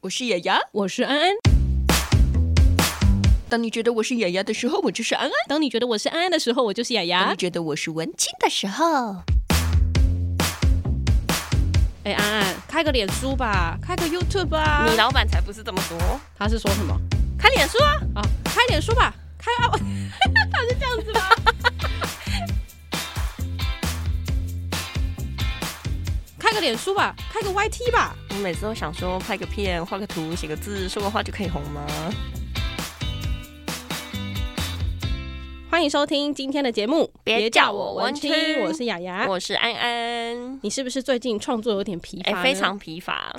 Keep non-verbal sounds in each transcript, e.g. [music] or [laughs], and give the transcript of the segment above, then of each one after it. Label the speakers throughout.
Speaker 1: 我是雅雅。
Speaker 2: 我是安安。
Speaker 1: 当你觉得我是雅雅的时候，我就是安安；
Speaker 2: 当你觉得我是安安的时候，我就是雅
Speaker 1: 当
Speaker 2: 雅
Speaker 1: 你。觉得我是文青的时候，
Speaker 2: 哎，安安，开个脸书吧，开个 YouTube 吧。
Speaker 3: 你老板才不是这么说，
Speaker 2: 他是说什么
Speaker 3: 开脸书啊！
Speaker 2: 啊？开脸书吧，开啊！ [laughs] 我 [laughs] 他是这样子吗？开个脸书吧，开个 YT 吧。
Speaker 3: 我每次都想说，拍个片、画个图、写个字、说个话就可以红吗？
Speaker 2: 欢迎收听今天的节目，
Speaker 3: 别叫我文青
Speaker 2: 我是雅雅。
Speaker 3: 我是安安，
Speaker 2: 你是不是最近创作有点疲
Speaker 3: 哎、
Speaker 2: 乏呢？
Speaker 3: 非常啊疲 [laughs] 乏。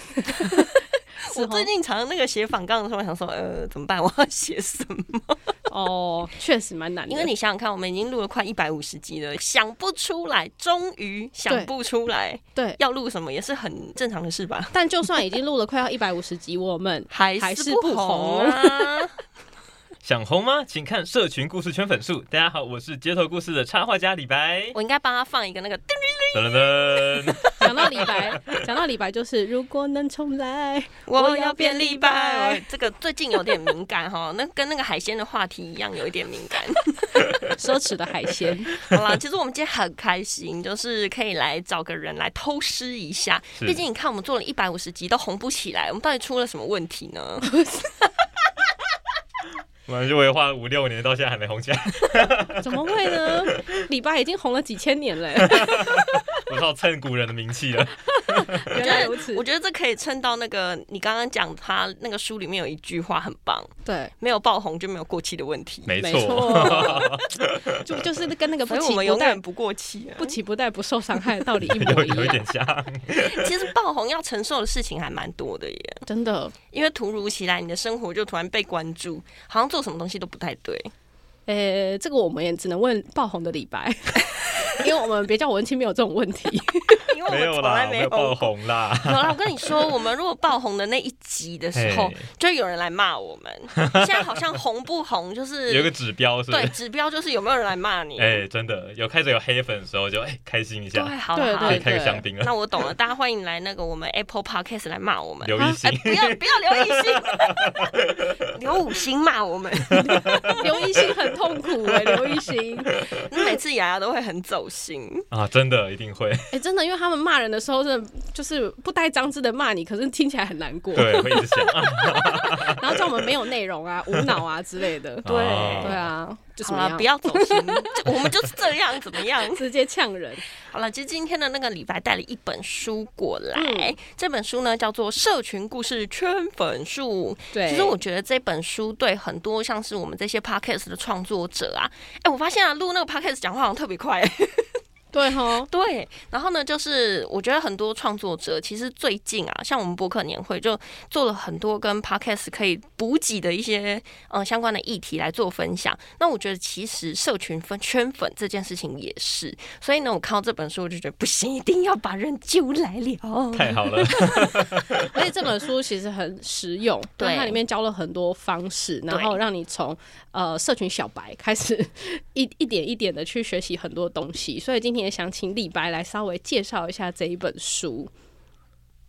Speaker 2: 是
Speaker 3: 我
Speaker 2: 哦
Speaker 3: 最近常那个写反杠的时候，我想说，呃，怎么办？我要写什么？
Speaker 2: 哦，确实蛮难的。
Speaker 3: 因为你想想看，我们已经录了快一百五十集了，想不出来，终于
Speaker 2: 对
Speaker 3: 想不出来
Speaker 2: 对，
Speaker 3: 要录什么，也是很正常的事吧？
Speaker 2: 但就算已经录了快要一百五十集，我们
Speaker 3: 还
Speaker 2: 还是
Speaker 3: 是不
Speaker 2: 不
Speaker 3: 红
Speaker 2: 红
Speaker 3: 啊！ [laughs]
Speaker 4: 想红吗？请看社群故事圈粉数。大家好，我是街头故事的插画家李白。
Speaker 3: 我应该帮他放一个那个噔噔，
Speaker 4: 噔噔噔，
Speaker 2: [laughs] 讲到李白，讲到李白就是如果能重来， [laughs]
Speaker 3: 我要变李白。这个最近有点敏感哈， [laughs] 那跟那个海鲜的话题一样，有一点敏 [laughs] 感。
Speaker 2: 奢侈的海鲜。
Speaker 3: 好啦，其实我们今天很开心，就是可以来找个人来偷师一下。
Speaker 4: 是
Speaker 3: 毕竟你看，我们做了一百五十集都红不起来，我们到底出了什么问题 [laughs] 呢？
Speaker 4: 我就我也画了五六年，到现在还没红起来。
Speaker 2: 怎么会 [laughs] 呢？李白已经红了几千年 [laughs] 了，
Speaker 4: 我靠，蹭古人的名气了。
Speaker 2: 原来如此
Speaker 3: 我。觉得这可以蹭到那个你刚刚讲他那个书里面有一句话很棒，
Speaker 2: 对，
Speaker 3: 没有爆红就没有过气的问题。
Speaker 4: 没
Speaker 2: 没
Speaker 4: 错，
Speaker 2: 错， [laughs] 就就是跟那个不
Speaker 3: 所以我
Speaker 2: 期
Speaker 3: 们
Speaker 2: 不
Speaker 3: 永
Speaker 2: 待
Speaker 3: 远、不过气、啊
Speaker 2: 不。期不待、不受伤害的道理一模
Speaker 4: [laughs] 有
Speaker 2: 一
Speaker 4: 有一
Speaker 2: 样，
Speaker 4: 点像。
Speaker 3: 其实爆红要承受的事情还蛮多的耶，
Speaker 2: 真的。
Speaker 3: 因为突如其来，你的生活就突然被关注，好像做什么东西都不太对。
Speaker 2: 呃，这个我们也只能问爆红的李白， [laughs] 因为我们别叫文青没有这种问
Speaker 4: [laughs]
Speaker 2: 题。
Speaker 3: 因为我
Speaker 4: 没
Speaker 3: 们
Speaker 4: 有
Speaker 3: 从
Speaker 4: 啦，
Speaker 3: 来
Speaker 4: 我
Speaker 3: 没
Speaker 4: 没有
Speaker 3: 有
Speaker 4: 爆红啦。
Speaker 3: [laughs] 有啦，我跟你说，我们如果爆红的那一集的时候
Speaker 4: 嘿，
Speaker 3: 就有人来骂我们。现在好像红不红，就
Speaker 4: 有一个
Speaker 3: 是
Speaker 4: 指标是不
Speaker 3: 对
Speaker 4: 是？
Speaker 3: 指标就是有没有人来骂你。
Speaker 4: 哎，真的有开始有黑粉的时候就哎开心一
Speaker 3: 对，
Speaker 4: 下，
Speaker 3: 好
Speaker 2: 对
Speaker 3: 啦好
Speaker 4: 可
Speaker 3: 啦
Speaker 4: 以开个香槟了。
Speaker 3: 那我懂了，大家欢迎来那个我们 Apple Podcast 来骂我们。
Speaker 4: 刘一星
Speaker 3: 哎，不要不要留一星， [laughs] 留五星骂我们。
Speaker 2: 刘一星很痛苦哎、刘一星，
Speaker 3: 每次雅雅都会很走心，
Speaker 4: 啊，真的一定会，
Speaker 2: 哎、真的，因为他们骂人的时候，真的就是不带脏字的骂你，可是听起来很难过。
Speaker 4: 对，会一直想。啊
Speaker 2: 然后叫我们没有内容啊、无脑啊之类的。
Speaker 3: 对
Speaker 4: 哦
Speaker 2: 对啊，就怎
Speaker 3: 好
Speaker 2: 么
Speaker 3: 啦，
Speaker 2: 样？
Speaker 3: 不要走心，就我们就是这样，怎么样？
Speaker 2: [laughs] 直接呛人。
Speaker 3: 好了，其实今天的那个李白带了一本书过来，这本书呢叫做《社群故事圈粉术》。
Speaker 2: 对，
Speaker 3: 其实我觉得这本书对很多像是我们这些 podcast 的创作者啊，哎、我发现啊，录那个 podcast 讲话好像特别快、啊
Speaker 2: 对吼，
Speaker 3: 对，然后呢，就是我觉得很多创作者其实最近啊，像我们博客年会就做了很多跟 podcast 可以补给的一些嗯、呃相关的议题来做分享。那我觉得其实社群分圈粉这件事情也是，所以呢，我看到这本书我就觉得不行，一定要把人揪来聊。
Speaker 4: 太好了，
Speaker 2: 而且这本书其实很实用，
Speaker 3: 对
Speaker 2: 因为它里面教了很多方式，然后让你从呃社群小白开始一一点一点的去学习很多东西。所以今天也想请李白来稍微介绍一下这一本书。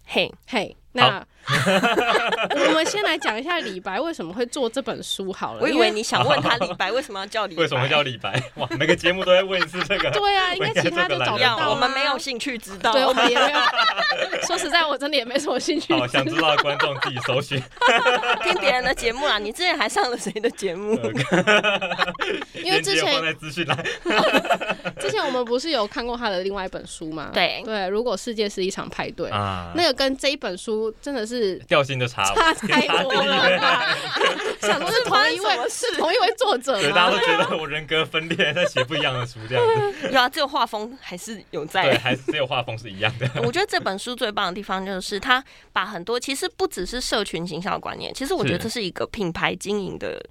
Speaker 3: 嘿，
Speaker 2: 嘿、那 [laughs] 我们先来讲一下李白为什么会做这本书好了。
Speaker 3: 我以
Speaker 2: 因
Speaker 3: 为你想问他李白为什么要叫李白，
Speaker 4: 为什么叫李白？哇，每个节目都在问一次这个。
Speaker 2: 对啊，应该其他都找
Speaker 3: 不
Speaker 2: 得
Speaker 4: 我应该这个懒人
Speaker 3: 要
Speaker 2: 到、啊。
Speaker 3: 我们没有兴趣知道。
Speaker 2: 对，我们也没有。
Speaker 4: [laughs]
Speaker 2: 说实在，我真的也没什么兴趣。
Speaker 4: 好，想知道的观众自己搜寻。
Speaker 3: 听别人的节目啊啦，你之前还上了谁的节
Speaker 4: [laughs]
Speaker 3: 目？
Speaker 2: 因为之
Speaker 4: 呃链接放
Speaker 2: 前
Speaker 4: 在资讯栏，
Speaker 2: 之前我们不是有看过他的另外一本书吗？
Speaker 3: 对
Speaker 2: 对，如果世界是一场派对，
Speaker 4: 啊
Speaker 2: 那个跟这一本书真的是
Speaker 4: 掉心的茶，
Speaker 2: 差太
Speaker 3: [laughs]
Speaker 2: 多
Speaker 3: 啊
Speaker 2: 了吧？想说是同一
Speaker 3: 发生什么
Speaker 2: 位
Speaker 3: 事
Speaker 2: 是同一位作者
Speaker 4: 对，大家
Speaker 2: 吗
Speaker 4: 都？
Speaker 2: [laughs]
Speaker 4: 觉得我人格分裂，在写不一样的书这样子。
Speaker 3: 有啊，只有画风还是有在。
Speaker 4: 对，还是只有画风是一样的。
Speaker 3: 我觉得这本书最棒的地方就是，它把很多其实不只是社群行销的观念，其实我觉得
Speaker 4: 是
Speaker 3: 这是一个品牌经营的。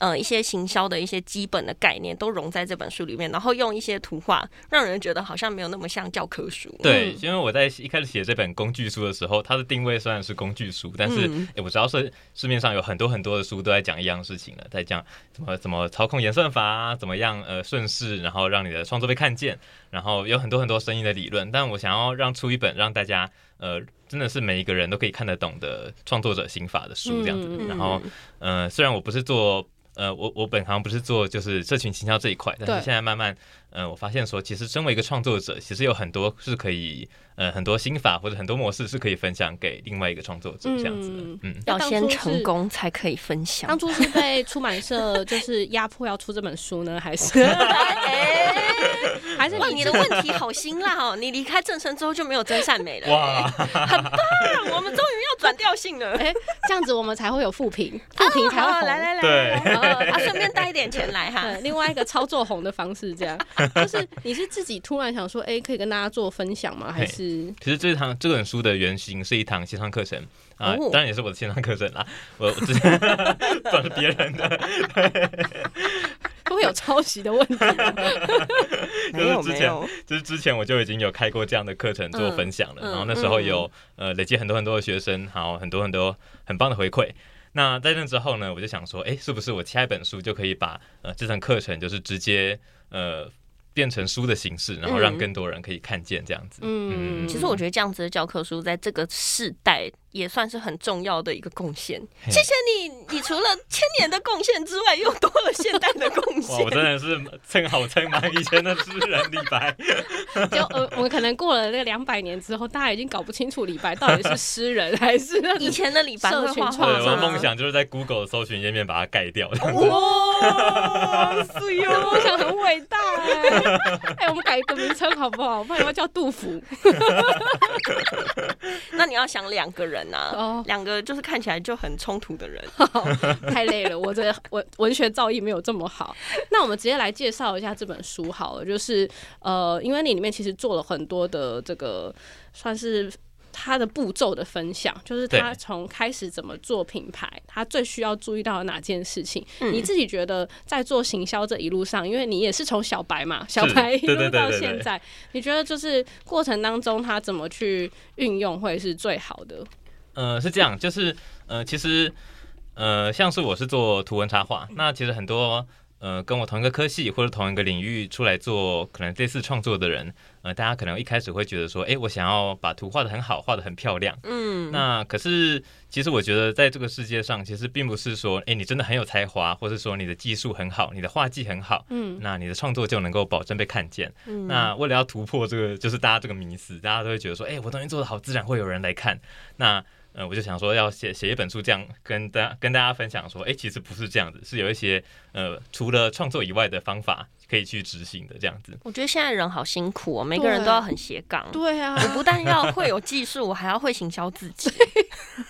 Speaker 3: 呃，一些行销的一些基本的概念都融在这本书里面，然后用一些图画，让人觉得好像没有那么像教科书。
Speaker 4: 对，因为我在一开始写这本工具书的时候，它的定位虽然是工具书，但是、
Speaker 3: 嗯
Speaker 4: 诶我知道是市面上有很多很多的书都在讲一样事情了，在讲怎么怎么操控演算法啊，怎么样呃顺势，然后让你的创作被看见，然后有很多很多生意的理论，但我想要让出一本让大家呃真的是每一个人都可以看得懂的创作者心法的书这样子。
Speaker 2: 嗯
Speaker 4: 然后，呃，虽然我不是做。呃，我我本行不是做就是社群行销这一块，但
Speaker 2: 对
Speaker 4: 是现在慢慢，呃，我发现说，其实身为一个创作者，其实有很多是可以，呃，很多心法或者很多模式是可以分享给另外一个创作者这样子的。
Speaker 2: 嗯
Speaker 4: 嗯
Speaker 3: 要先成
Speaker 2: 功。
Speaker 3: 功才可以分享
Speaker 2: 当。初 [laughs] 是被出版社就是压迫要出这本书呢，还是 [laughs] 还是
Speaker 3: 哇，
Speaker 2: 你
Speaker 3: 你的问题好辛辣哦！你离开正声之后就没有真善美了。
Speaker 4: 哇，
Speaker 3: 哇，我们终于要转调性了。
Speaker 2: 哎、这样子我们才会有复评，
Speaker 4: 啊
Speaker 2: 复评才
Speaker 3: [laughs]
Speaker 2: 会
Speaker 3: 好，
Speaker 2: 红。
Speaker 3: 来来来，
Speaker 4: 对
Speaker 3: 来来来啊，顺便带一点钱来哈。
Speaker 2: [laughs] 对，另外一个操作红的方式，这样就是你是自己突然想说，哎、可以跟大家做分享吗？还
Speaker 4: 嘿
Speaker 2: 是
Speaker 4: 其实这堂这本书的原型是一堂线上课程啊、
Speaker 3: 哦
Speaker 4: 当然也是我的线上课程啦。我我之前 [laughs] 转是别人的，
Speaker 2: 会有抄袭的问题？
Speaker 4: 没有就是之前，就是之前我就已经有开过这样的课程做分享了，
Speaker 2: 嗯嗯
Speaker 4: 然后那时候有、呃累积很多很多的学生，还有很多很多很棒的回馈。那在那之后呢，我就想说，哎、是不是我下一本书就可以把呃这堂课程就是直接呃变成书的形式，然后让
Speaker 3: 嗯
Speaker 4: 更多人可以看见这样子。
Speaker 2: 嗯，
Speaker 3: 其实我觉得这样子的教科书在这个世代也算是很重要的一个贡献。
Speaker 4: 嘿
Speaker 3: 谢谢你，你除了千年的贡献之外，又多了现代的贡
Speaker 4: 哇，
Speaker 3: 献。
Speaker 4: 我真的是蹭好蹭满以前的诗人李白。
Speaker 2: 就呃，我们可能过了那两百年之后，大家已经搞不清楚李白到底是诗人还是那
Speaker 3: 以
Speaker 2: 种
Speaker 3: 前的李白会
Speaker 2: 社群
Speaker 3: 画画
Speaker 2: 创
Speaker 4: 对，我
Speaker 2: 作
Speaker 4: 的
Speaker 3: 吗？
Speaker 4: 梦想就是在 Google 搜寻页面把它盖掉。
Speaker 3: 哇，是哟，
Speaker 2: 我想很伟大哎、哎、我们改一个名称好不好？不然要叫杜甫
Speaker 3: 那你要想两个人啊，
Speaker 2: 哦，
Speaker 3: 两个就是看起来就很冲突 [laughs] 的人。
Speaker 4: [laughs]
Speaker 2: 太累了，我这文文学造诣没有这么好。 [laughs] 那我们直接来介绍一下这本书好了，就是呃，因为你里面其实做了很多的这个算是。它的步骤的分享，就是
Speaker 4: 对
Speaker 2: 他从开始怎么做品牌，他最需要注意到的哪件事情。
Speaker 4: 嗯
Speaker 2: 你自己觉得在做行销这一路上，因为你也是从小白嘛，小白一
Speaker 4: 对对
Speaker 2: 路
Speaker 4: 对
Speaker 2: 到
Speaker 4: 对对
Speaker 2: 现在，你觉得就是过程当中他怎么去运用会是最好的？
Speaker 4: 呃，是这样，就是呃，其实呃，像是我是做图文插画，那其实很多呃跟我同一个科系或者同一个领域出来做可能类似创作的人，呃，大家可能一开始会觉得说，诶，我想要把图画的很好，画的很漂亮。
Speaker 3: 嗯，
Speaker 4: 那可是，其实我觉得在这个世界上，其实并不是说，诶，你真的很有才华，或是说你的技术很好，你的画技很好，
Speaker 2: 嗯，
Speaker 4: 那你的创作就能够保证被看见。
Speaker 3: 嗯
Speaker 4: 那为了要突破这个，就是大家这个迷思，大家都会觉得说，哎、我东西做的好，自然会有人来看。那呃，我就想说要写写一本书，这样跟大家跟大家分享说，哎、其实不是这样子，是有一些呃除了创作以外的方法可以去执行的这样子。
Speaker 3: 我觉得现在人好辛苦哦，每个人都要很斜杠。
Speaker 2: 对啊，
Speaker 3: 我不但要会有技术，我还要会行销自 [laughs] 己。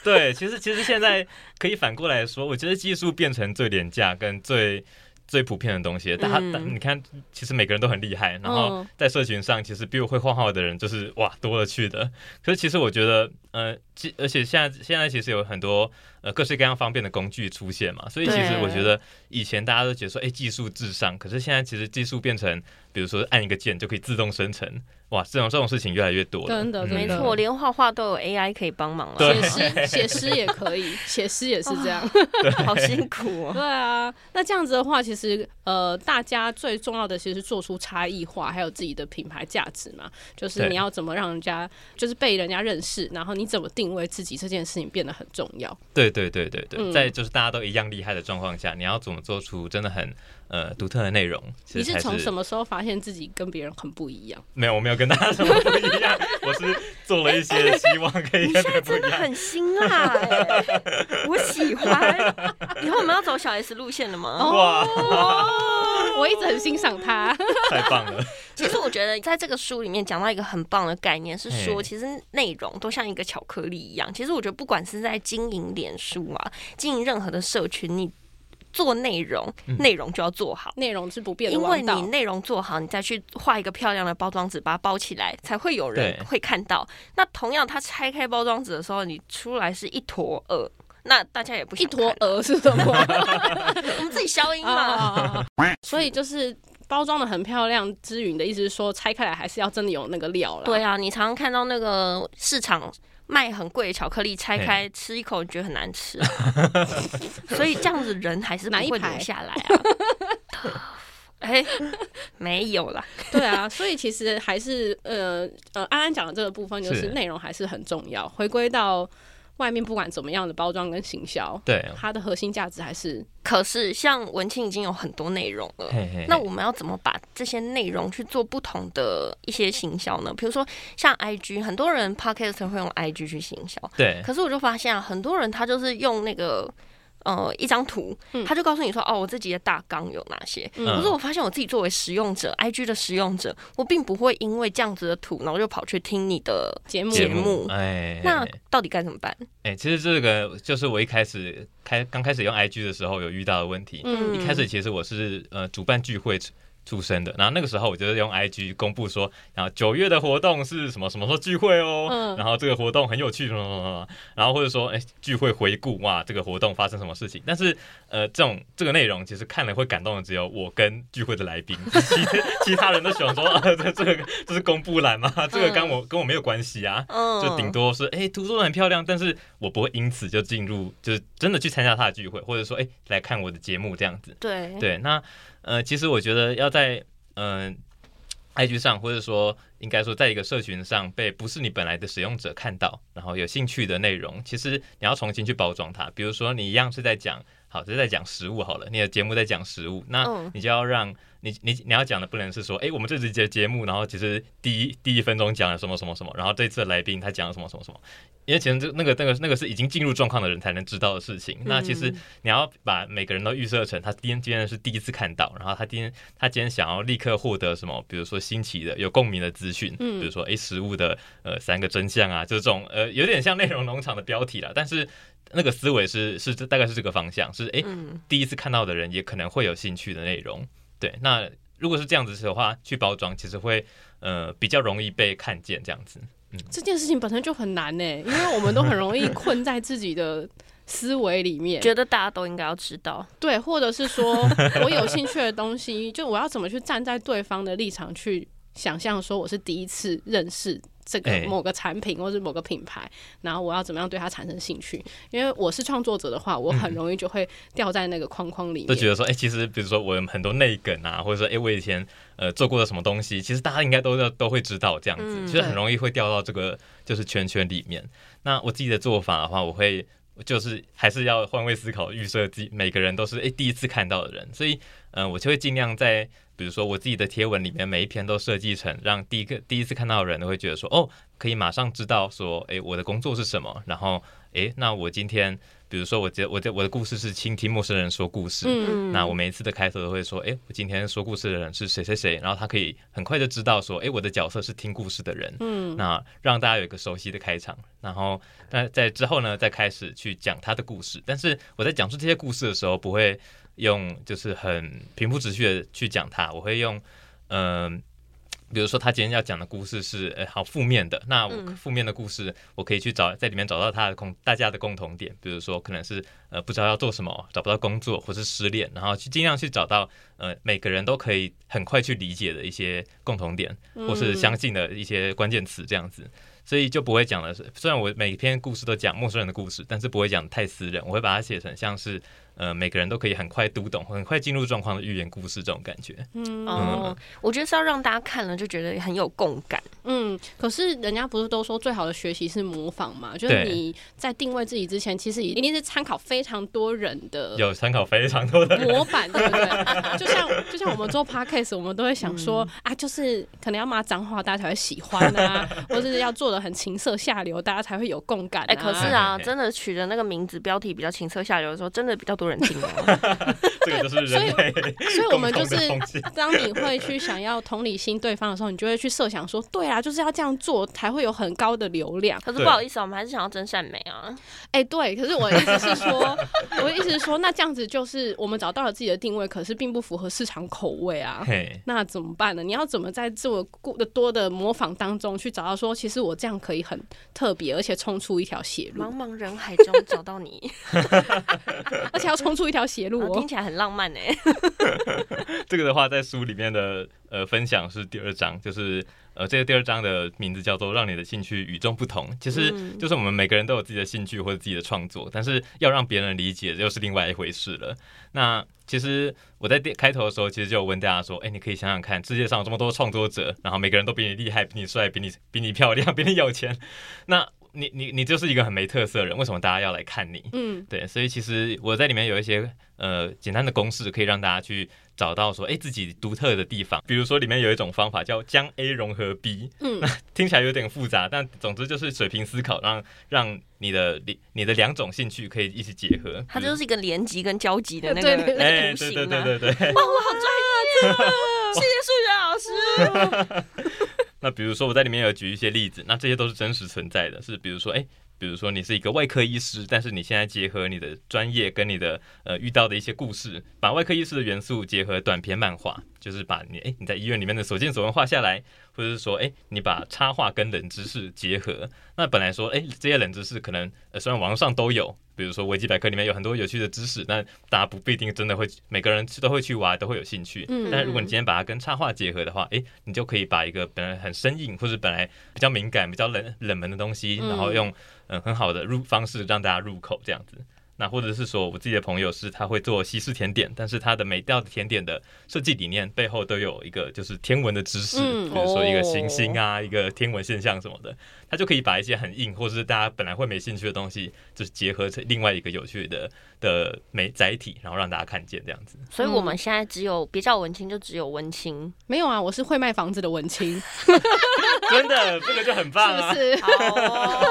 Speaker 4: 对，其实其实现在可以反过来说，我觉得技术变成最廉价跟最。最普遍的东西，大家、
Speaker 3: 嗯
Speaker 4: 大你看，其实每个人都很厉害，然后
Speaker 2: 嗯
Speaker 4: 在社群上，其实比我会画画的人就是哇多了去的。可是其实我觉得，呃，其而且现在现在其实有很多呃各式各样方便的工具出现嘛，所以其实
Speaker 3: 对
Speaker 4: 我觉得以前大家都觉得说，哎、技术至上，可是现在其实技术变成，比如说按一个键就可以自动生成，哇，这种这种事情越来越多了。
Speaker 2: 真的
Speaker 4: 嗯
Speaker 2: 真
Speaker 3: 没
Speaker 2: 的
Speaker 3: 错，连画画都有 AI 可以帮忙了。
Speaker 4: 对
Speaker 2: 写诗写诗也可以，写诗也是这
Speaker 3: 啊
Speaker 2: 样。
Speaker 3: [laughs] 好辛苦哦。
Speaker 2: [laughs] 对啊，那这样子的话，其实呃，大家最重要的其实是做出差异化，还有自己的品牌价值嘛，就是
Speaker 4: 对
Speaker 2: 你要怎么让人家就是被人家认识，然后你怎么定位自己这件事情变得很重要。
Speaker 4: 对对对对对，
Speaker 2: 嗯
Speaker 4: 在就是大家都一样厉害的状况下，你要怎么做出真的很呃独特的内容？其
Speaker 2: 你
Speaker 4: 实
Speaker 2: 是
Speaker 4: 才
Speaker 2: 从
Speaker 4: 是
Speaker 2: 什么时候发现自己跟别人很不一样？ [laughs]
Speaker 4: 没有，我没有跟大家什么不一样，我是做了一些希望 [laughs] 可以
Speaker 3: 哎你
Speaker 4: 跟
Speaker 3: 现在
Speaker 4: 大家
Speaker 3: 啊
Speaker 4: 不
Speaker 3: 真
Speaker 4: 一
Speaker 3: 的
Speaker 4: 样。
Speaker 3: 很辛辣哎、 [laughs] 我喜欢。以后我们要走小 S 路线了吗？
Speaker 4: 哇，
Speaker 3: 哦
Speaker 2: 我一直很欣赏他， [laughs]
Speaker 4: 太棒
Speaker 3: [laughs]
Speaker 4: 了！
Speaker 3: 其实我觉得在这个书里面讲到一个很棒的概念，是说
Speaker 4: 嘿
Speaker 3: 其实内容都像一个巧克力一样。其实我觉得不管是在经营脸书啊，经营任何的社群，你做内容，
Speaker 4: 嗯
Speaker 3: 内容就要做好。
Speaker 2: 内容是不变的
Speaker 3: 因为
Speaker 2: 王
Speaker 3: 你
Speaker 2: 道。
Speaker 3: 内容做好，你再去画一个漂亮的包装纸，把它包起来，才会有人
Speaker 4: 对
Speaker 3: 会看到。那同样，它拆开包装纸的时候，你出来是一坨鹅，那大家也不想
Speaker 2: 一坨
Speaker 3: 看
Speaker 2: 鹅是什么？
Speaker 3: 我们自己消音嘛。
Speaker 2: 啊， [laughs] 所以就是包装的很漂亮之余，你的意思是说拆开来还是要真的有那个料啦？
Speaker 3: 对啊，你常常看到那个市场卖很贵的巧克力，拆开吃一口，你觉得很难吃，所以这样子人还是不
Speaker 2: 哪一
Speaker 3: 会
Speaker 2: 排
Speaker 3: [laughs] 留下来啊。哎，没有啦，
Speaker 2: [laughs] 对啊，所以其实还是呃呃，安安讲的这个部分就是
Speaker 4: 是
Speaker 2: 内容还是很重要。回归到外面不管怎么样的包装跟行销，
Speaker 4: 对，
Speaker 2: 它的核心价值还是
Speaker 3: 可是像文青已经有很多内容了，
Speaker 4: 嘿嘿，
Speaker 3: 那我们要怎么把这些内容去做不同的一些行销呢？比如说像 IG，很多人 Podcast 会用 IG 去行销，
Speaker 4: 对
Speaker 3: 可是我就发现啊，很多人他就是用那个。呃，一张图
Speaker 2: 嗯，
Speaker 3: 他就告诉你说，哦，我自己的大纲有哪些。
Speaker 2: 嗯
Speaker 3: 可是我发现我自己作为使用者，IG 的使用者，我并不会因为这样子的图，然后就跑去听你的。
Speaker 2: 节目
Speaker 3: 节
Speaker 4: 节
Speaker 3: 目
Speaker 4: 哎，
Speaker 3: 那到底该怎么办？
Speaker 4: 哎，其实这个就是我一开始开刚开始用 IG 的时候有遇到的问题。
Speaker 2: 嗯
Speaker 4: 一开始其实我是呃主办聚会出出身的，然后那个时候我就是用 IG 公布说，然后九月的活动是什么什么时候聚会哦，
Speaker 2: 嗯
Speaker 4: 然后这个活动很有趣什么什么什么，然后或者说哎聚会回顾哇这个活动发生什么事情，但是呃这种这个内容其实看了会感动的只有我跟聚会的来宾， [laughs] 其其他人都喜欢说、呃、这这个这是公布栏吗？这个跟我
Speaker 2: 嗯
Speaker 4: 跟我没有关系啊，
Speaker 3: 嗯，
Speaker 4: 就顶多是哎、诶图书馆很漂亮，但是我不会因此就进入，就是真的去参加他的聚会，或者说哎、诶来看我的节目这样子。
Speaker 3: 对
Speaker 4: 对，那呃，其实我觉得要在嗯、IG 上，或者说应该说在一个社群上被不是你本来的使用者看到，然后有兴趣的内容，其实你要重新去包装它。比如说你一样是在讲，好，是在讲食物好了，你的节目在讲食物，
Speaker 3: 嗯
Speaker 4: 那你就要让。你你你要讲的不能是说，哎、我们这集节节目，然后其实第一第一分钟讲了什么什么什么，然后这次的来宾他讲了什么什么什么，因为其实这那个那个那个是已经进入状况的人才能知道的事情。那其实你要把每个人都预设成他今天今天是第一次看到，然后他今天他今天想要立刻获得什么，比如说新奇的、有共鸣的资讯，
Speaker 2: 嗯
Speaker 4: 比如说诶食物的呃三个真相啊，就这种呃有点像内容农场的标题啦，但是那个思维是是大概是这个方向，是诶哎
Speaker 3: 嗯
Speaker 4: 第一次看到的人也可能会有兴趣的内容。对，那如果是这样子的话，去包装其实会呃比较容易被看见这样子。
Speaker 2: 这件事情本身就很难呢、欸因为我们都很容易困在自己的思维里面，
Speaker 3: 觉得大家都应该要知道。
Speaker 2: 对，或者是说
Speaker 4: [laughs]
Speaker 2: 我有兴趣的东西，就我要怎么去站在对方的立场去想象，说我是第一次认识。这个
Speaker 4: 哎
Speaker 2: 某个产品或是某个品牌，然后我要怎么样对它产生兴趣？因为我是创作者的话，我很容易就会掉在那个框框里
Speaker 4: 嗯都觉
Speaker 2: 面。
Speaker 4: 得说，哎、其实比如说我有很多内梗啊，或者说，哎、我以前呃做过的什么东西，其实大家应该都要都会知道这样子，
Speaker 3: 嗯
Speaker 4: 其实很容易会掉到这个就是圈圈里面。那我自己的做法的话，我会就是还是要换位思考，预设自己每个人都是哎、第一次看到的人，所以嗯、呃我就会尽量在比如说我自己的贴文里面每一篇都设计成让第一个第一次看到的人都会觉得说，哦，可以马上知道说，哎、我的工作是什么，然后哎、那我今天。比如说我这我这我的故事是倾听陌生人说故事，
Speaker 2: 嗯，
Speaker 3: 嗯，
Speaker 4: 那我每一次的开头都会说，诶，我今天说故事的人是谁谁谁，然后他可以很快就知道说，诶，我的角色是听故事的人，嗯，那让大家有一个熟悉的开场，然后那在之后呢，再开始去讲他的故事，但是我在讲述这些故事的时候，不会用就是很平铺直叙的去讲它，我会用嗯。比如说，他今天要讲的故事是呃好负面的，那我负面的故事，我可以去找在里面找到他的共大家的共同点，比如说可能是呃不知道要做什么，找不到工作，或是失恋，然后去尽量去找到呃每个人都可以很快去理解的一些共同点，
Speaker 2: 嗯
Speaker 4: 或是相近的一些关键词这样子。所以就不会讲的是，虽然我每篇故事都讲陌生人的故事，但是不会讲太私人，我会把它写成像是呃每个人都可以很快读懂、很快进入状况的寓言故事这种感
Speaker 2: [laughs]
Speaker 4: 觉。
Speaker 2: 嗯
Speaker 4: 嗯
Speaker 3: 哦，我觉得是要让大家看了就觉得很有共感。
Speaker 2: 嗯，可是人家不是都说最好的学习是模仿嘛？就是
Speaker 4: 对
Speaker 2: 你在定位自己之前，其实一定是参考非常多人的
Speaker 4: 有参考非常多的人，
Speaker 2: 模板，对不 [laughs] 对？就像就像我们做 podcast，我们都会想说、啊，就是可能要骂脏话，大家才会喜欢啊，或者是要做的很情色下流，大家才会有共感、啊。
Speaker 3: 哎、可是啊，
Speaker 4: 嘿嘿嘿
Speaker 3: 真的取的那个名字标题比较情色下流的时候，真的比较多人 [laughs] 听哦。
Speaker 4: 这个就是人类
Speaker 2: 所以我们就
Speaker 4: 共同
Speaker 2: 是
Speaker 4: 的东西。
Speaker 2: 当你会去想要同理心对方的时候，你就会去设想说，对啊，就是要这样做才会有很高的流量。
Speaker 3: 可是
Speaker 4: 对
Speaker 3: 不好意思啊，我们还是想要真善美啊。
Speaker 2: 哎、对，可是我的意思是说， [laughs] 我的意思是说，那这样子就是我们找到了自己的定位，可是并不符合市场口味啊。
Speaker 4: 嘿，
Speaker 2: 那怎么办呢？你要怎么在这么过的多的模仿当中去找到说，其实我这样可以很特别，而且冲出一条血
Speaker 3: 茫
Speaker 2: 路，
Speaker 3: 茫人海中找到你，
Speaker 2: 而且要冲出一条血路
Speaker 3: 啊
Speaker 2: 哦
Speaker 3: 听。起来很浪漫哎、
Speaker 4: [laughs] 这个的话，在书里面的呃分享是第二章，就是呃这个第二章的名字叫做“让你的兴趣与众不同”。其实
Speaker 3: 嗯
Speaker 4: 就是我们每个人都有自己的兴趣或者自己的创作，但是要让别人理解又是另外一回事了。那其实我在第开头的时候，其实就有问大家说：“哎，你可以想想看，世界上有这么多创作者，然后每个人都比你厉害、比你帅、比你比你漂亮、比你有钱，那你你你就是一个很没特色的人，为什么大家要来看你？”
Speaker 2: 嗯
Speaker 4: 对，所以其实我在里面有一些呃简单的公式，可以让大家去找到说，哎、自己独特的地方。比如说，里面有一种方法叫将 A 融合 B， [laughs]
Speaker 2: 嗯，
Speaker 4: 听起来有点复杂，但总之就是水平思考，让让你的你的两种兴趣可以一起结合。
Speaker 3: 它就是一个联级跟交集的那
Speaker 2: 对
Speaker 3: 个
Speaker 2: 对
Speaker 4: 哎、
Speaker 3: 那个图
Speaker 4: 对
Speaker 3: 形
Speaker 4: 对对
Speaker 3: 啊。
Speaker 4: 对对。
Speaker 3: 哇，我好专业！啊谢谢数学老师。
Speaker 4: 那比如说我在里面有举一些例子，那这些都是真实存在的，是比如说，哎、比如说你是一个外科医师，但是你现在结合你的专业跟你的呃遇到的一些故事，把外科医师的元素结合短篇漫画，就是把你哎、诶你在医院里面的所见所闻画下来，或者是说哎、诶你把插画跟冷知识结合。那本来说哎、诶这些冷知识可能呃虽然网上都有。比如说维基百科里面有很多有趣的知识，那大家不必定真的会每个人都会去挖，都会有兴趣。
Speaker 2: 嗯
Speaker 4: 但是如果你今天把它跟插画结合的话，诶，你就可以把一个本来很生硬或者本来比较敏感、比较冷冷门的东西，
Speaker 2: 嗯
Speaker 4: 然后用嗯很好的入方式让大家入口这样子。那或者是说，我自己的朋友是他会做西式甜点，但是他的每道甜点的设计理念背后都有一个就是天文的知识，
Speaker 2: 嗯哦
Speaker 4: 比如说一个行星啊，一个天文现象什么的，他就可以把一些很硬或者是大家本来会没兴趣的东西，就是结合成另外一个有趣的的美载体，然后让大家看见这
Speaker 2: [laughs]
Speaker 4: 样子。
Speaker 3: 所以我们现在只有别叫文青，就只有文青。
Speaker 2: 没有啊，我是会卖房子的
Speaker 3: [laughs]
Speaker 2: 文青，是
Speaker 4: 真的，这个就很棒啊！
Speaker 2: 不是？
Speaker 3: 好哦，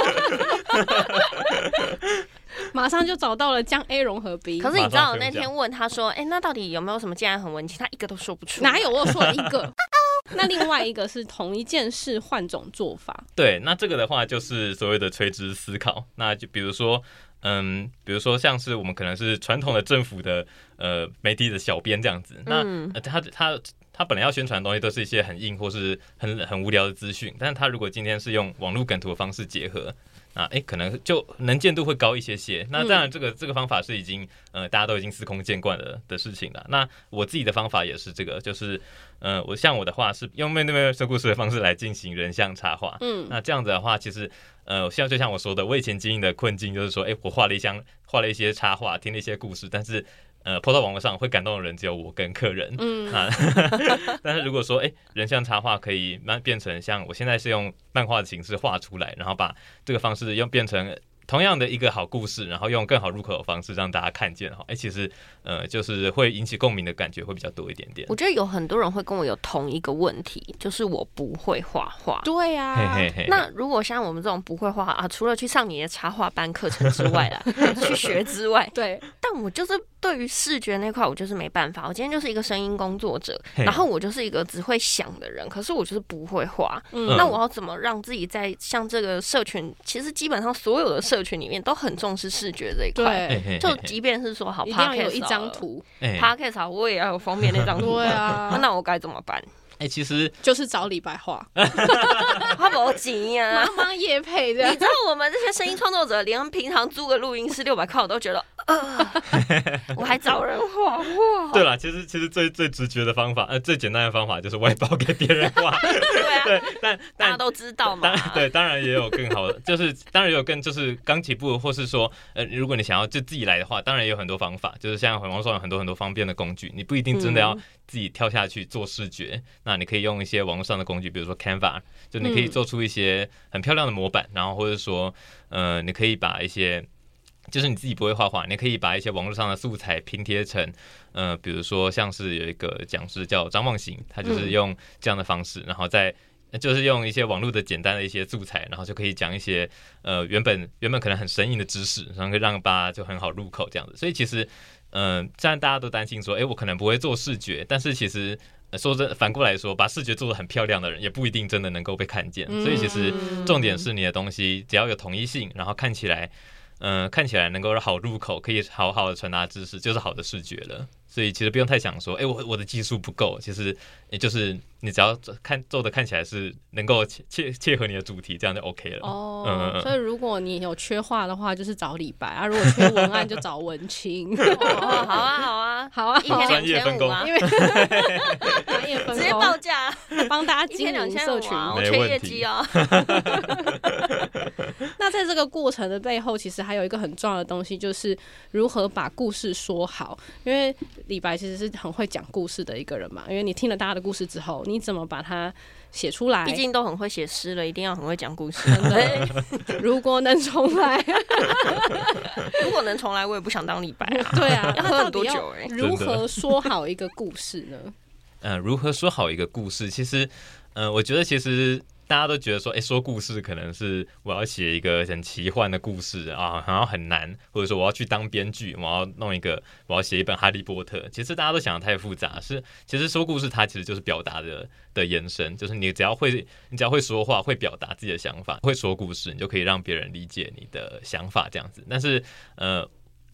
Speaker 2: 马上就找到了将 A 融合 B，
Speaker 3: [laughs] 可是你知道我那天问他说，哎、那到底有没有什么竟然很文青？他一个都说不出来。
Speaker 2: [laughs] 哪有我有说一个？ [laughs] 那另外一个是同一件事换种做法，
Speaker 4: 对，那这个的话就是所谓的垂直思考。那就比如说，嗯，比如说像是我们可能是传统的政府的呃媒体的小编这样子，那、
Speaker 3: 嗯
Speaker 4: 呃他他他本来要宣传的东西都是一些很硬或是很很无聊的资讯，但是他如果今天是用网络梗图的方式结合。啊，哎，可能就能见度会高一些些。那当然，这个、这个方法是已经呃大家都已经司空见惯的的事情了。那我自己的方法也是这个，就是呃，我像我的话是用面对面说故事的方式来进行人像插画。
Speaker 2: 嗯，
Speaker 4: 那这样子的话，其实呃，像就像我说的，我以前经营的困境就是说，哎、我画了一箱，画了一些插画，听了一些故事，但是呃，抛到网络上会感动的人只有我跟客人。
Speaker 2: 嗯
Speaker 4: 啊， [laughs] 但是如果说，哎、人像插画可以慢变成像我现在是用漫画的形式画出来，然后把这个方式用变成同样的一个好故事，然后用更好入口的方式让大家看见哈，哎、其实呃，就是会引起共鸣的感觉会比较多一点点。
Speaker 3: 我觉得有很多人会跟我有同一个问题，就是我不会画画。
Speaker 2: 对呀、
Speaker 4: 嘿
Speaker 2: 啊，
Speaker 4: 嘿嘿，
Speaker 3: 那如果像我们这种不会画画啊，除了去上你的插画班课程之外啦， [laughs] 去学之外，
Speaker 2: 对，
Speaker 3: 但我就是对于视觉那块，我就是没办法。我今天就是一个声音工作者，
Speaker 4: 嘿
Speaker 3: 然后我就是一个只会想的人，可是我就是不会画。
Speaker 2: 嗯
Speaker 3: 那我要怎么让自己在像这个社群，其实基本上所有的社群里面都很重视视觉这一块。
Speaker 4: 嘿
Speaker 2: 对，
Speaker 4: 嘿嘿
Speaker 3: 就即便是说好，
Speaker 2: 一定要
Speaker 3: podcast
Speaker 2: 有一
Speaker 3: 好
Speaker 2: 张
Speaker 3: 了
Speaker 2: 图，
Speaker 4: 哎
Speaker 3: ，podcast 好，我也要有封面那张图。[laughs]
Speaker 2: 对啊，
Speaker 3: 那我该怎么办？
Speaker 4: 哎，其实
Speaker 2: 就是找李
Speaker 3: [laughs]
Speaker 2: 白画，
Speaker 3: 花不急呀、
Speaker 2: 妈妈叶配这
Speaker 3: 你 [laughs]
Speaker 2: 样
Speaker 3: 知。道我们这些声音创作者，连平常租个录音室六百块，我都觉得，
Speaker 4: [laughs]
Speaker 3: 呃，我还找人画画。
Speaker 4: 对啦，其实其实最最直觉的方法，呃，最简单的方法就是外包给别人画。 [laughs]
Speaker 3: 对啊，
Speaker 4: 对，但
Speaker 3: 大家
Speaker 4: 但
Speaker 3: 都知道嘛
Speaker 4: 当。 [laughs] 对，当然也有更好的，就是当然也有更就是刚起步，或是说呃，如果你想要就自己来的话，当然也有很多方法，就是像网络上有很多很多方便的工具，你不一定真的要自己跳下去做视觉，那你可以用一些网络上的工具，比如说 Canva，就你可以
Speaker 2: 嗯
Speaker 4: 做出一些很漂亮的模板，然后或者说呃，你可以把一些。就是你自己不会画画，你可以把一些网络上的素材拼贴成，呃，比如说像是有一个讲师叫张望行，他就是用这样的方式，然后再就是用一些网络的简单的一些素材，然后就可以讲一些呃原本原本可能很生硬的知识，然后可以让大家就很好入口这样子。所以其实，嗯、虽然大家都担心说，诶，我可能不会做视觉，但是其实。呃说真，反过来说，把视觉做得很漂亮的人，也不一定真的能够被看见。所以其实
Speaker 2: 嗯
Speaker 4: 重点是你的东西只要有统一性，然后看起来，呃看起来能够好入口，可以好好的传达知识，就是好的视觉了。所以其实不用太想说，哎、我我的技术不够，其实也就是你只要看做的看起来是能够切切切合你的主题，这样就 OK 了。嗯嗯
Speaker 2: 哦，
Speaker 4: 嗯
Speaker 2: 所以如果你有缺画的话，就是找李白啊；如果缺文案，就找文
Speaker 4: [laughs]
Speaker 2: 青。
Speaker 3: 哦，好啊，好啊，
Speaker 2: 好啊 [laughs]
Speaker 3: 一，天
Speaker 4: 专业
Speaker 3: 两千
Speaker 4: 分工
Speaker 3: 五啊，
Speaker 2: 专业分
Speaker 3: 直接
Speaker 2: 工
Speaker 3: 报价，
Speaker 2: 帮大家
Speaker 3: 一
Speaker 2: 经
Speaker 3: 天两
Speaker 2: 营
Speaker 3: 千
Speaker 2: 社群
Speaker 3: 五啊，我
Speaker 4: 没
Speaker 3: 缺
Speaker 4: 问
Speaker 3: 业
Speaker 4: 题
Speaker 3: 绩哦。
Speaker 2: 那在这个过程的背后，其实还有一个很重要的东西，就是如何把故事说好。因为李白其实是很会讲故事的一个人嘛，因为你听了大家的故事之后，你怎么把它写出来
Speaker 3: 毕？竟都很会写诗了，一定要很会讲故事。
Speaker 2: 对， [laughs] 如果能重来， [laughs]
Speaker 3: 如果能重来，我也不想当李白啊。
Speaker 2: 对啊，
Speaker 3: 要喝
Speaker 2: 那到
Speaker 3: 很
Speaker 2: 底
Speaker 3: 多
Speaker 2: [laughs] 要
Speaker 3: 酒哎、
Speaker 2: 如何说好一个故事呢？
Speaker 4: 嗯，如何说好一个故事？其实，嗯，我觉得其实大家都觉得说，哎，说故事可能是我要写一个很奇幻的故事啊，然后很难，或者说我要去当编剧，我要弄一个，我要写一本《哈利波特》。其实大家都想的太复杂，是其实说故事它其实就是表达的的延伸，就是你只要会，你只要会说话，会表达自己的想法，会说故事，你就可以让别人理解你的想法这样子。但是，呃，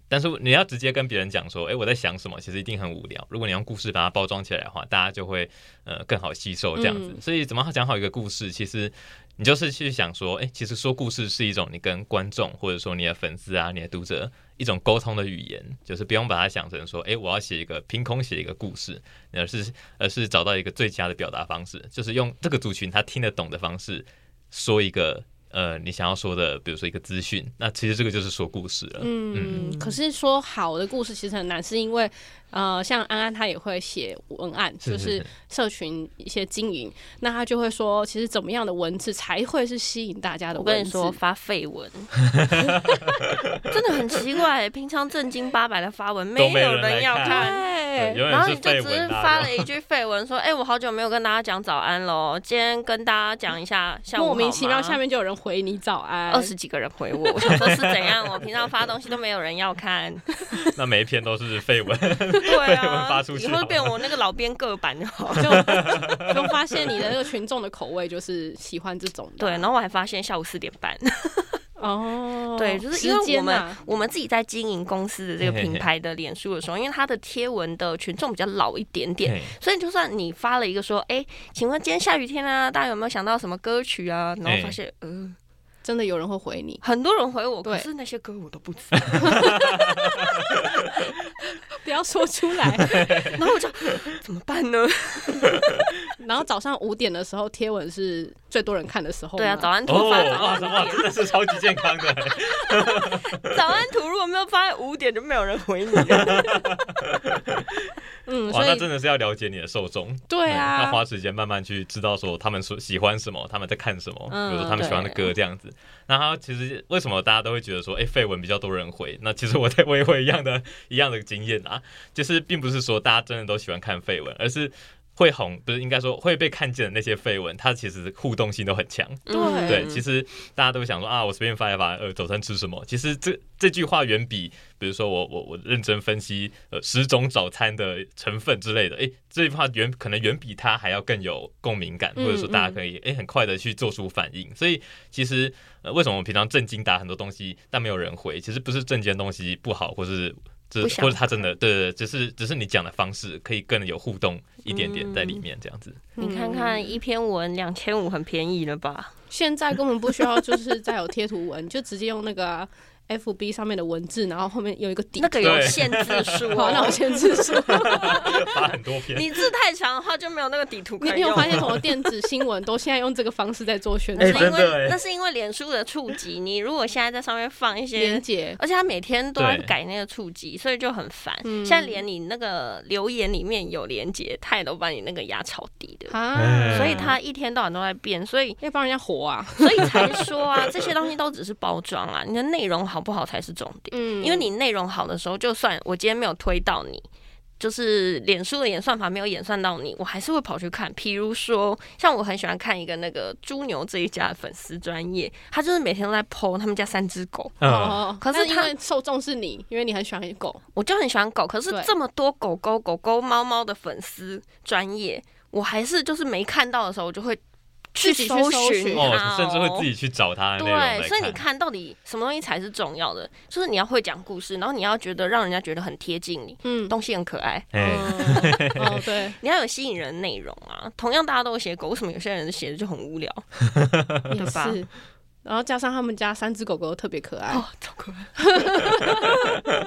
Speaker 4: 但是你要直接跟别人讲说，诶，我在想什么，其实一定很无聊。如果你用故事把它包装起来的话，大家就会呃更好吸收这样子。
Speaker 2: 嗯
Speaker 4: 所以怎么讲好一个故事，其实你就是去想说，诶，其实说故事是一种你跟观众或者说你的粉丝啊、你的读者一种沟通的语言，就是不用把它想成说，诶，我要写一个凭空写一个故事，而是而是找到一个最佳的表达方式，就是用这个族群他听得懂的方式说一个。呃，你想要说的，比如说一个资讯，那其实这个就是说故事了。
Speaker 2: 嗯，可是说好的故事其实很难，是因为呃，像安安她也会写文案，
Speaker 4: 是
Speaker 2: 就是是社群一些经营，那她就会说，其实怎么样的文字才会是吸引大家的
Speaker 3: [laughs] 我跟
Speaker 2: 文
Speaker 3: 你
Speaker 2: 字？
Speaker 3: 说，发绯闻真的很奇怪、欸平常正经八百的发文，
Speaker 4: 都没
Speaker 3: 有
Speaker 4: 人来
Speaker 3: 人要
Speaker 4: 看
Speaker 2: [laughs]
Speaker 3: 看。
Speaker 4: 对，
Speaker 2: 对，
Speaker 4: 呃永
Speaker 3: 然
Speaker 4: 远
Speaker 3: 后
Speaker 4: 是啊
Speaker 3: 你就
Speaker 4: 绯
Speaker 3: 只是
Speaker 4: 闻
Speaker 3: 发
Speaker 4: 大
Speaker 3: 了
Speaker 4: 佬。
Speaker 3: 一句绯闻，说：“哎、我好久没有跟大家讲早安喽，今天跟大家讲一下下午好吗哦
Speaker 2: 莫名其妙下面就有人回你早安，
Speaker 3: 二十几个人回我，我想说是怎样？我平常发东西都没有人要看，
Speaker 4: [laughs] 那每一篇都是绯闻，
Speaker 3: 对
Speaker 4: 绯闻
Speaker 3: 啊
Speaker 4: 发，出去
Speaker 3: 以后变我那个老编个版就好。
Speaker 4: [laughs]
Speaker 2: 就就发现你的那个群众的口味就是喜欢这种的
Speaker 3: 对，然后我还发现下午四点半，
Speaker 2: 哦，
Speaker 3: 对，就是因
Speaker 2: 时
Speaker 3: 为我
Speaker 2: 间
Speaker 3: 们、
Speaker 2: 啊
Speaker 3: 我们自己在经营公司的这个品牌的脸书的时候，因为它的贴文的群众比较老一点点，
Speaker 4: 嘿
Speaker 3: 所以就算你发了一个说，哎、请问今天下雨天啊，大家有没有想到什么歌曲啊？然后发现，嗯、
Speaker 2: 真的有人会
Speaker 3: [laughs]
Speaker 2: 回你，
Speaker 3: 很多人回我，
Speaker 2: 对
Speaker 3: 可是那些歌我都不知
Speaker 4: [laughs]
Speaker 3: 道，
Speaker 2: 不要说出来。
Speaker 3: 然后我就怎么办
Speaker 4: [laughs]
Speaker 3: 呢？
Speaker 2: [laughs] 然后早上五点的时候贴文是最多人看的时候吗，
Speaker 3: 对啊，早安图
Speaker 4: 哦，
Speaker 3: 发早
Speaker 4: 哇
Speaker 3: 安 [laughs]
Speaker 4: 哇，真的是超级健康的，
Speaker 3: 早安图如果没有发在五点，就没有人回你了。
Speaker 2: 嗯，
Speaker 4: 哇，
Speaker 2: 所
Speaker 4: 那
Speaker 2: 以
Speaker 4: 真的嗯是要了解你的受众，
Speaker 2: 对啊，
Speaker 4: 要花时间慢慢去知道说他们所喜欢什么，他们在看什么，
Speaker 2: 嗯
Speaker 4: 比如说他们喜欢的歌这样子。那他其实为什么大家都会觉得说，哎、绯闻比较多人回？那其实我在我也会一样的一样的经验啊，就是并不是说大家真的都喜欢看绯闻，而是。会红不是应该说会被看见的那些绯闻，它其实互动性都很强。
Speaker 3: 嗯
Speaker 2: 对
Speaker 4: [laughs] 对，其实大家都想说啊，我随便发一发，呃，早餐吃什么？其实这这句话远比，比如说我我我认真分析呃十种早餐的成分之类的，诶，这句话远可能远比它还要更有共鸣感，或
Speaker 2: 嗯
Speaker 4: 者说大家可以诶很快的去做出反应。所以其实呃为什么我们平常正经打很多东西，但没有人回，其实不是正经的东西不好，或是。这
Speaker 3: 不想
Speaker 4: 或者他真的对对，对只是只是你讲的方式可以更有互动一点点在里面，这样子。
Speaker 3: 你看看一篇文两千五，很便宜了吧？
Speaker 2: 现在根本不需要，就是再有贴图文，你就直接用那个啊、FB 上面的文字，然后后面有一个底。
Speaker 3: 那个有
Speaker 4: 对
Speaker 3: 限字
Speaker 2: [laughs]
Speaker 3: 数哦、
Speaker 2: 好，那我先自说。
Speaker 3: [laughs]
Speaker 4: 发很多篇，
Speaker 3: 你字太长的话就没有那个底图可
Speaker 2: 你
Speaker 3: 以
Speaker 2: 你
Speaker 3: 用
Speaker 2: 有
Speaker 3: 了。
Speaker 2: 发现什么电子新闻都现在用这个方式在做宣
Speaker 4: 哎
Speaker 2: 传？
Speaker 3: 那是因
Speaker 4: 真的
Speaker 3: 为
Speaker 4: 哎
Speaker 3: 那是因为脸书的触及，你如果现在在上面放一
Speaker 2: 连
Speaker 3: 些，
Speaker 2: 接
Speaker 3: 而且他每天都要
Speaker 4: 对
Speaker 3: 改那个触及，所以就很烦。
Speaker 2: 嗯
Speaker 3: 现在连你那个留言里面有连接，他也都把你那个牙炒低的。
Speaker 2: 啊，
Speaker 4: 哎
Speaker 3: 所以他一天到晚都在变，所以
Speaker 2: 要帮人家活啊。
Speaker 3: 所以才说啊，这些东西都只是包装啊，你的内容好不好才是重点。
Speaker 2: 嗯
Speaker 3: 因为你内容好的时候，就算我今天没有推到你，就是脸书的演算法没有演算到你，我还是会跑去看。比如说，像我很喜欢看一个那个猪牛这一家的粉丝专业，他就是每天都在 PO 他们家三只狗，
Speaker 4: 嗯，
Speaker 2: 哦，
Speaker 3: 可是
Speaker 2: 但因
Speaker 3: 他
Speaker 2: 为受众是你，因为你很喜欢狗，
Speaker 3: 我就很喜欢狗。可是
Speaker 2: 对
Speaker 3: 这么多狗狗、狗狗、猫猫的粉丝专业，我还是就是没看到的时候，我就会。去
Speaker 2: 自己去
Speaker 3: 搜
Speaker 2: 搜
Speaker 3: 寻
Speaker 2: 寻
Speaker 3: 它、
Speaker 4: [laughs] 哦，甚至会自己去找他的内容来
Speaker 3: 对，所以你看到底什么东西才是重要的？就是你要会讲故事，然后你要觉得让人家觉得很贴近你，
Speaker 2: 嗯，
Speaker 3: 东西很可爱，
Speaker 4: 哎，
Speaker 2: 嗯哦，
Speaker 3: [laughs]
Speaker 2: 对，
Speaker 3: 你要有吸引人的内容啊。同样大家都写狗，为什么有些人写的就很无聊？
Speaker 2: 也
Speaker 3: 吧
Speaker 2: 是。然后加上他们家三只狗狗特别可爱，
Speaker 3: 哦，超可爱。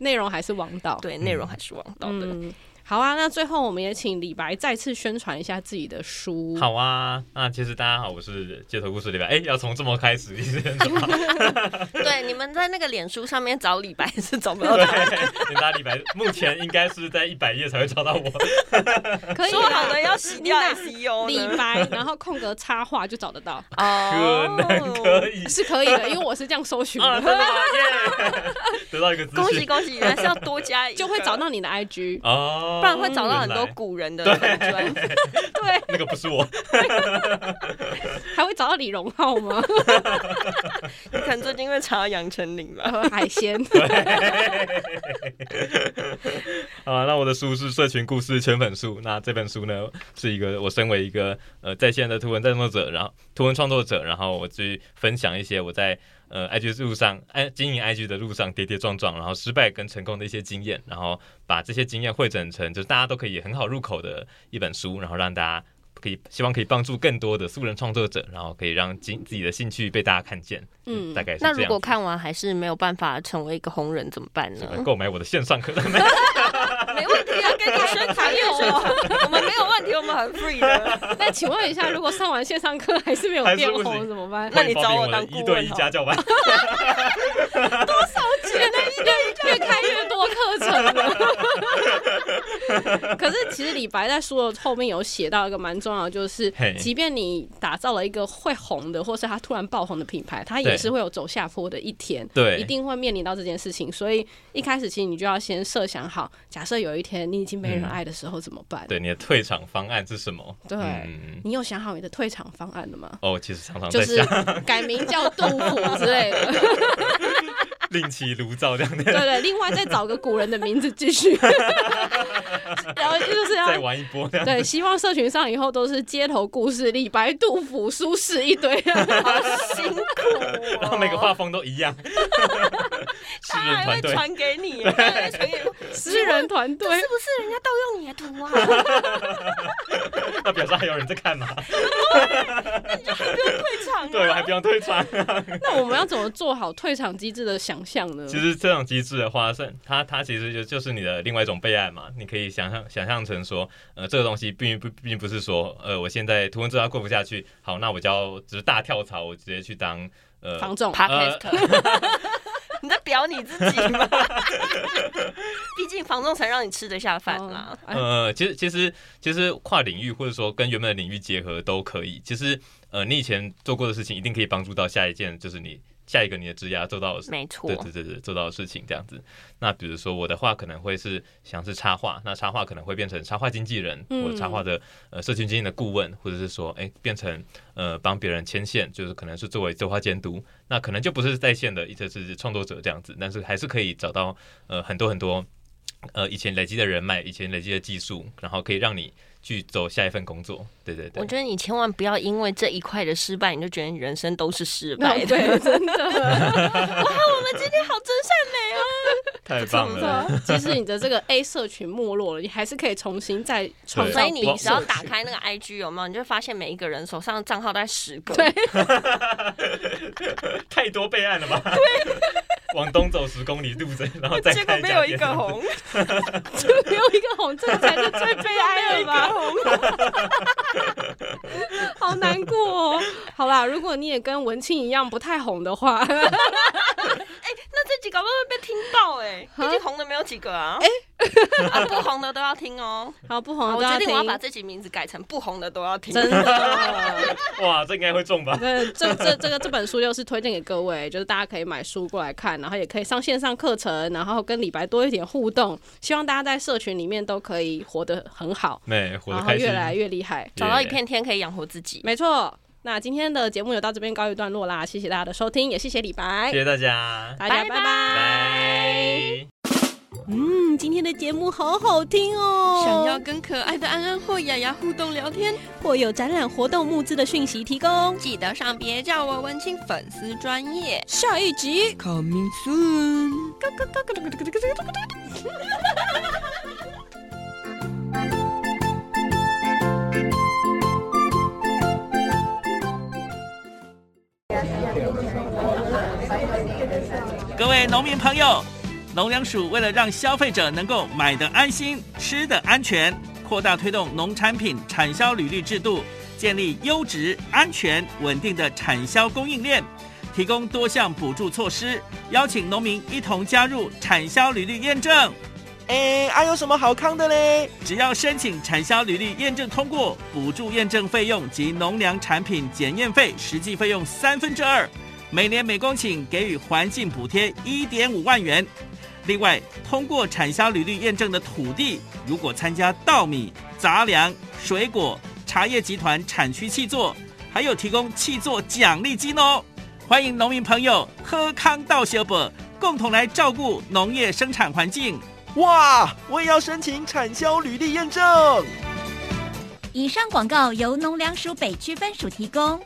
Speaker 2: 内容还是王道。
Speaker 3: 对，内容还是王道的。
Speaker 2: 嗯，好啊，那最后我们也请李白再次宣传一下自己的书。，
Speaker 4: 好啊，那其实大家好，我是街头故事里边，哎，要从这么开始，
Speaker 3: [laughs]
Speaker 4: 一直
Speaker 3: 对，你们在那个脸书上面找李白是找不到的。
Speaker 4: 对，大李白目前应该是在一百页才会找到我，
Speaker 2: 可以啊
Speaker 3: 说好
Speaker 2: 啦
Speaker 3: 的要洗掉 SEO
Speaker 2: 李
Speaker 3: 呢？
Speaker 2: 白，然后空格插画就找得到， [laughs]
Speaker 4: 可
Speaker 3: 哦，
Speaker 4: 能可以。
Speaker 2: 是可以
Speaker 4: [laughs]
Speaker 2: 的，因为我是这样搜寻
Speaker 4: 啊，
Speaker 2: 的，
Speaker 4: 真的吗？耶！得到一个资
Speaker 3: 恭喜
Speaker 4: 讯
Speaker 3: 恭喜，还是要多加一个，
Speaker 2: 就会找到你的 IG。
Speaker 4: 哦，
Speaker 3: 不然会找到很多
Speaker 4: 原来
Speaker 3: 古人的粉砖。对，
Speaker 4: 那个不是我，
Speaker 2: 还会找到李荣浩吗？
Speaker 3: 你可能最近会查到杨丞琳吧。
Speaker 2: 海鲜，
Speaker 4: 好啊，那我的书是《社群故事圈粉书》，那这本书呢是一个我身为一个呃在线的图文创作者，然后图文创作者，然后我去分享一些我在呃 IG 路上，哎经营 IG 的路上跌跌撞撞，然后失败跟成功的一些经验，然后把这些经验汇整成就是大家都可以很好入口的一本书，然后让大家。可以，希望可以帮助更多的素人创作者，然后可以让经自己的兴趣被大家看见。
Speaker 2: 嗯
Speaker 4: 大概是这
Speaker 3: 那
Speaker 4: 样子。
Speaker 3: 如果看完还是没有办法成为一个红人怎么办呢？
Speaker 4: 呃购买我的线上
Speaker 3: [laughs]
Speaker 4: 课，
Speaker 3: 没问题啊，跟你宣传又宣传， [laughs] 我们没有啊问题，我们很 free 的。
Speaker 2: [laughs] 那请问一下，如果上完线上课还是没有
Speaker 4: 还是
Speaker 2: 变
Speaker 4: 不
Speaker 2: 红
Speaker 4: 行
Speaker 2: 怎么办？
Speaker 3: 那你
Speaker 4: 欢迎
Speaker 3: 找
Speaker 4: 报
Speaker 3: 我
Speaker 4: 名
Speaker 3: 当
Speaker 4: 的
Speaker 3: 顾
Speaker 4: 一对
Speaker 3: 问
Speaker 4: 一
Speaker 3: 好 [laughs]
Speaker 4: 家教班。
Speaker 2: 越越开越多课程
Speaker 4: [laughs]
Speaker 2: 了。可是其实李白在书的后面有写到一个蛮重要的，就是
Speaker 4: 嘿
Speaker 2: 即便你打造了一个会红的，或是它突然爆红的品牌，它也
Speaker 4: 对
Speaker 2: 是会有走下坡的一天。
Speaker 4: 对
Speaker 2: 一定会面临到这件事情，所以一开始其实你就要先设想好，假设有一天你已经没人
Speaker 4: 嗯
Speaker 2: 爱的时候怎么办？
Speaker 4: 对你的退场方案是什么？
Speaker 2: 对
Speaker 4: 嗯
Speaker 2: 你有想好你的退场方案了吗？
Speaker 4: 哦，其实常常
Speaker 2: 就
Speaker 4: 在
Speaker 2: 是
Speaker 4: 想，
Speaker 2: 改名叫杜甫之类的，
Speaker 4: [laughs] 另起炉灶这样
Speaker 2: 对啊对，
Speaker 4: 的，
Speaker 2: 另外再找个古人的名字继续， [laughs] 然后就是要
Speaker 4: 再玩一波这样。
Speaker 2: 对，希望社群上以后都是街头故事，李白、杜甫、苏轼一堆。
Speaker 3: 辛苦、哦
Speaker 4: 然后
Speaker 2: 哦
Speaker 4: 每个画风都一
Speaker 2: [laughs]
Speaker 4: 样，诗
Speaker 3: 他
Speaker 4: 人
Speaker 3: 还
Speaker 4: 团
Speaker 3: 会
Speaker 4: 队
Speaker 3: 传给你，他还会传给你，
Speaker 2: 诗人团队
Speaker 4: [laughs]
Speaker 3: 是不是人家盗用你的图啊？
Speaker 4: 那表示还有人在看嘛？
Speaker 3: 退场
Speaker 4: 对，我
Speaker 3: 啊
Speaker 4: 还！不用退场。
Speaker 2: 嗯那我们要怎么做好退场机制的想象呢？
Speaker 4: 其实这种机制的话，是它它其实就就是你的另外一种备案嘛。你可以想象想象成说，呃，这个东西并不并不是说，呃，我现在图文之道过不下去，好，那我就要只是大跳槽，我直接去当呃
Speaker 2: 房仲
Speaker 3: Podcast，你 [laughs] 在表你自己
Speaker 4: [laughs]
Speaker 3: 吗？毕竟房仲才让你吃得下饭啦。
Speaker 2: 哦哎
Speaker 4: 呃，其实其实其实跨领域或者说跟原本的领域结合都可以。其实呃，你以前做过的事情，一定可以帮助到下一件，就是你下一个你的职涯做到的事。
Speaker 3: 没错
Speaker 4: 对，对对对，做到的事情这样子。那比如说我的话，可能会是像是插画，那插画可能会变成插画经纪人，
Speaker 2: 嗯
Speaker 4: 或者插画的呃社群经营的顾问，或者是说，哎，变成呃帮别人牵线，就是可能是作为作画监督。那可能就不是在线的，一直是创作者这样子，但是还是可以找到呃很多很多呃以前累积的人脉，以前累积的技术，然后可以让你去走下一份工作。对对对
Speaker 3: 我，觉得你千万不要因为这一块的失败，你就觉得你人生都是失
Speaker 2: 那
Speaker 3: 败
Speaker 4: [laughs]
Speaker 3: 的。
Speaker 2: [laughs]
Speaker 3: 哦
Speaker 2: 对，真的
Speaker 3: 我们今天好真善美哦！
Speaker 4: 太
Speaker 3: 不错
Speaker 4: 棒
Speaker 3: 不
Speaker 4: 了！
Speaker 3: 错
Speaker 2: 即使你的这个 A 社群没落了，你还是可以重新再创
Speaker 4: 对
Speaker 3: 所
Speaker 2: 造
Speaker 3: 以
Speaker 2: B
Speaker 3: 你
Speaker 2: 社群。
Speaker 3: 只要打开那个 IG 有没有，你就会发现每一个人手上的账号大概十个。
Speaker 2: 对，
Speaker 4: 太多备案了吧？ [laughs] 往东走十公里路子，然后再
Speaker 3: 结果
Speaker 4: 开
Speaker 3: 没
Speaker 4: 家
Speaker 3: 有
Speaker 4: 店
Speaker 3: 一个
Speaker 4: [laughs]
Speaker 3: 红，
Speaker 2: 就 [laughs] 没有一个红，这个才是最悲哀的吧？好难过哦。好啦，如果你也跟文庆一样不太红的话， [laughs]
Speaker 3: 那这集搞不好会被听到哎，毕竟红的没有几个啊。啊，不红的都要听哦。
Speaker 2: 好不红
Speaker 3: 好
Speaker 2: 的
Speaker 3: [laughs] 我
Speaker 2: 都要
Speaker 3: 决定我要
Speaker 2: 听
Speaker 3: 把这集名字改成不红的都要听。
Speaker 2: [laughs] 真的。
Speaker 4: [laughs] 哇，这应该会
Speaker 2: [laughs]
Speaker 4: 中吧？
Speaker 2: 对，这这这个这本书又是推荐给各位，就是大家可以买书过来看，然后也可以上线上课程，然后跟李白多一点互动。希望大家在社群里面都可以活得很好，
Speaker 4: 没，活得
Speaker 2: 然后
Speaker 4: 开心
Speaker 2: 越。来越厉害。
Speaker 3: [laughs] 找到一片天可以养活自己。
Speaker 2: 没错，那今天的节目就到这边告一段落啦，谢谢大家的收听，也谢谢李白
Speaker 4: 谢，谢大家，
Speaker 2: 大家
Speaker 3: 拜
Speaker 2: 拜
Speaker 4: 拜。
Speaker 2: 嗯，嗯，今天的节目好好听哦。
Speaker 3: 想要跟可爱的安安或雅雅互动聊天，
Speaker 2: 或有展览活动募资的讯息提供。
Speaker 3: 记得上别叫我文青粉丝专业。
Speaker 2: 下一集
Speaker 3: Coming soon。
Speaker 5: 各位农民朋友，农粮署为了让消费者能够买的安心、吃的安全，扩大推动农产品产销履历制度，建立优质、安全、稳定的产销供应链，提供多项补助措施，邀请农民一同加入产销履历验证。
Speaker 6: 哎，还、有什么好康的嘞？
Speaker 5: 只要申请产销履历验证通过，补助验证费用及农粮产品检验费实际费用三分之二，每年每公顷给予环境补贴一点五万元。另外，通过产销履历验证的土地，如果参加稻米、杂粮、水果、茶叶集团产区契作，还有提供契作奖励金哦。欢迎农民朋友喝康稻小本，共同来照顾农业生产环境。
Speaker 6: 哇，我也要申请产销履历验证。
Speaker 7: 以上广告由农粮署北区分署提供。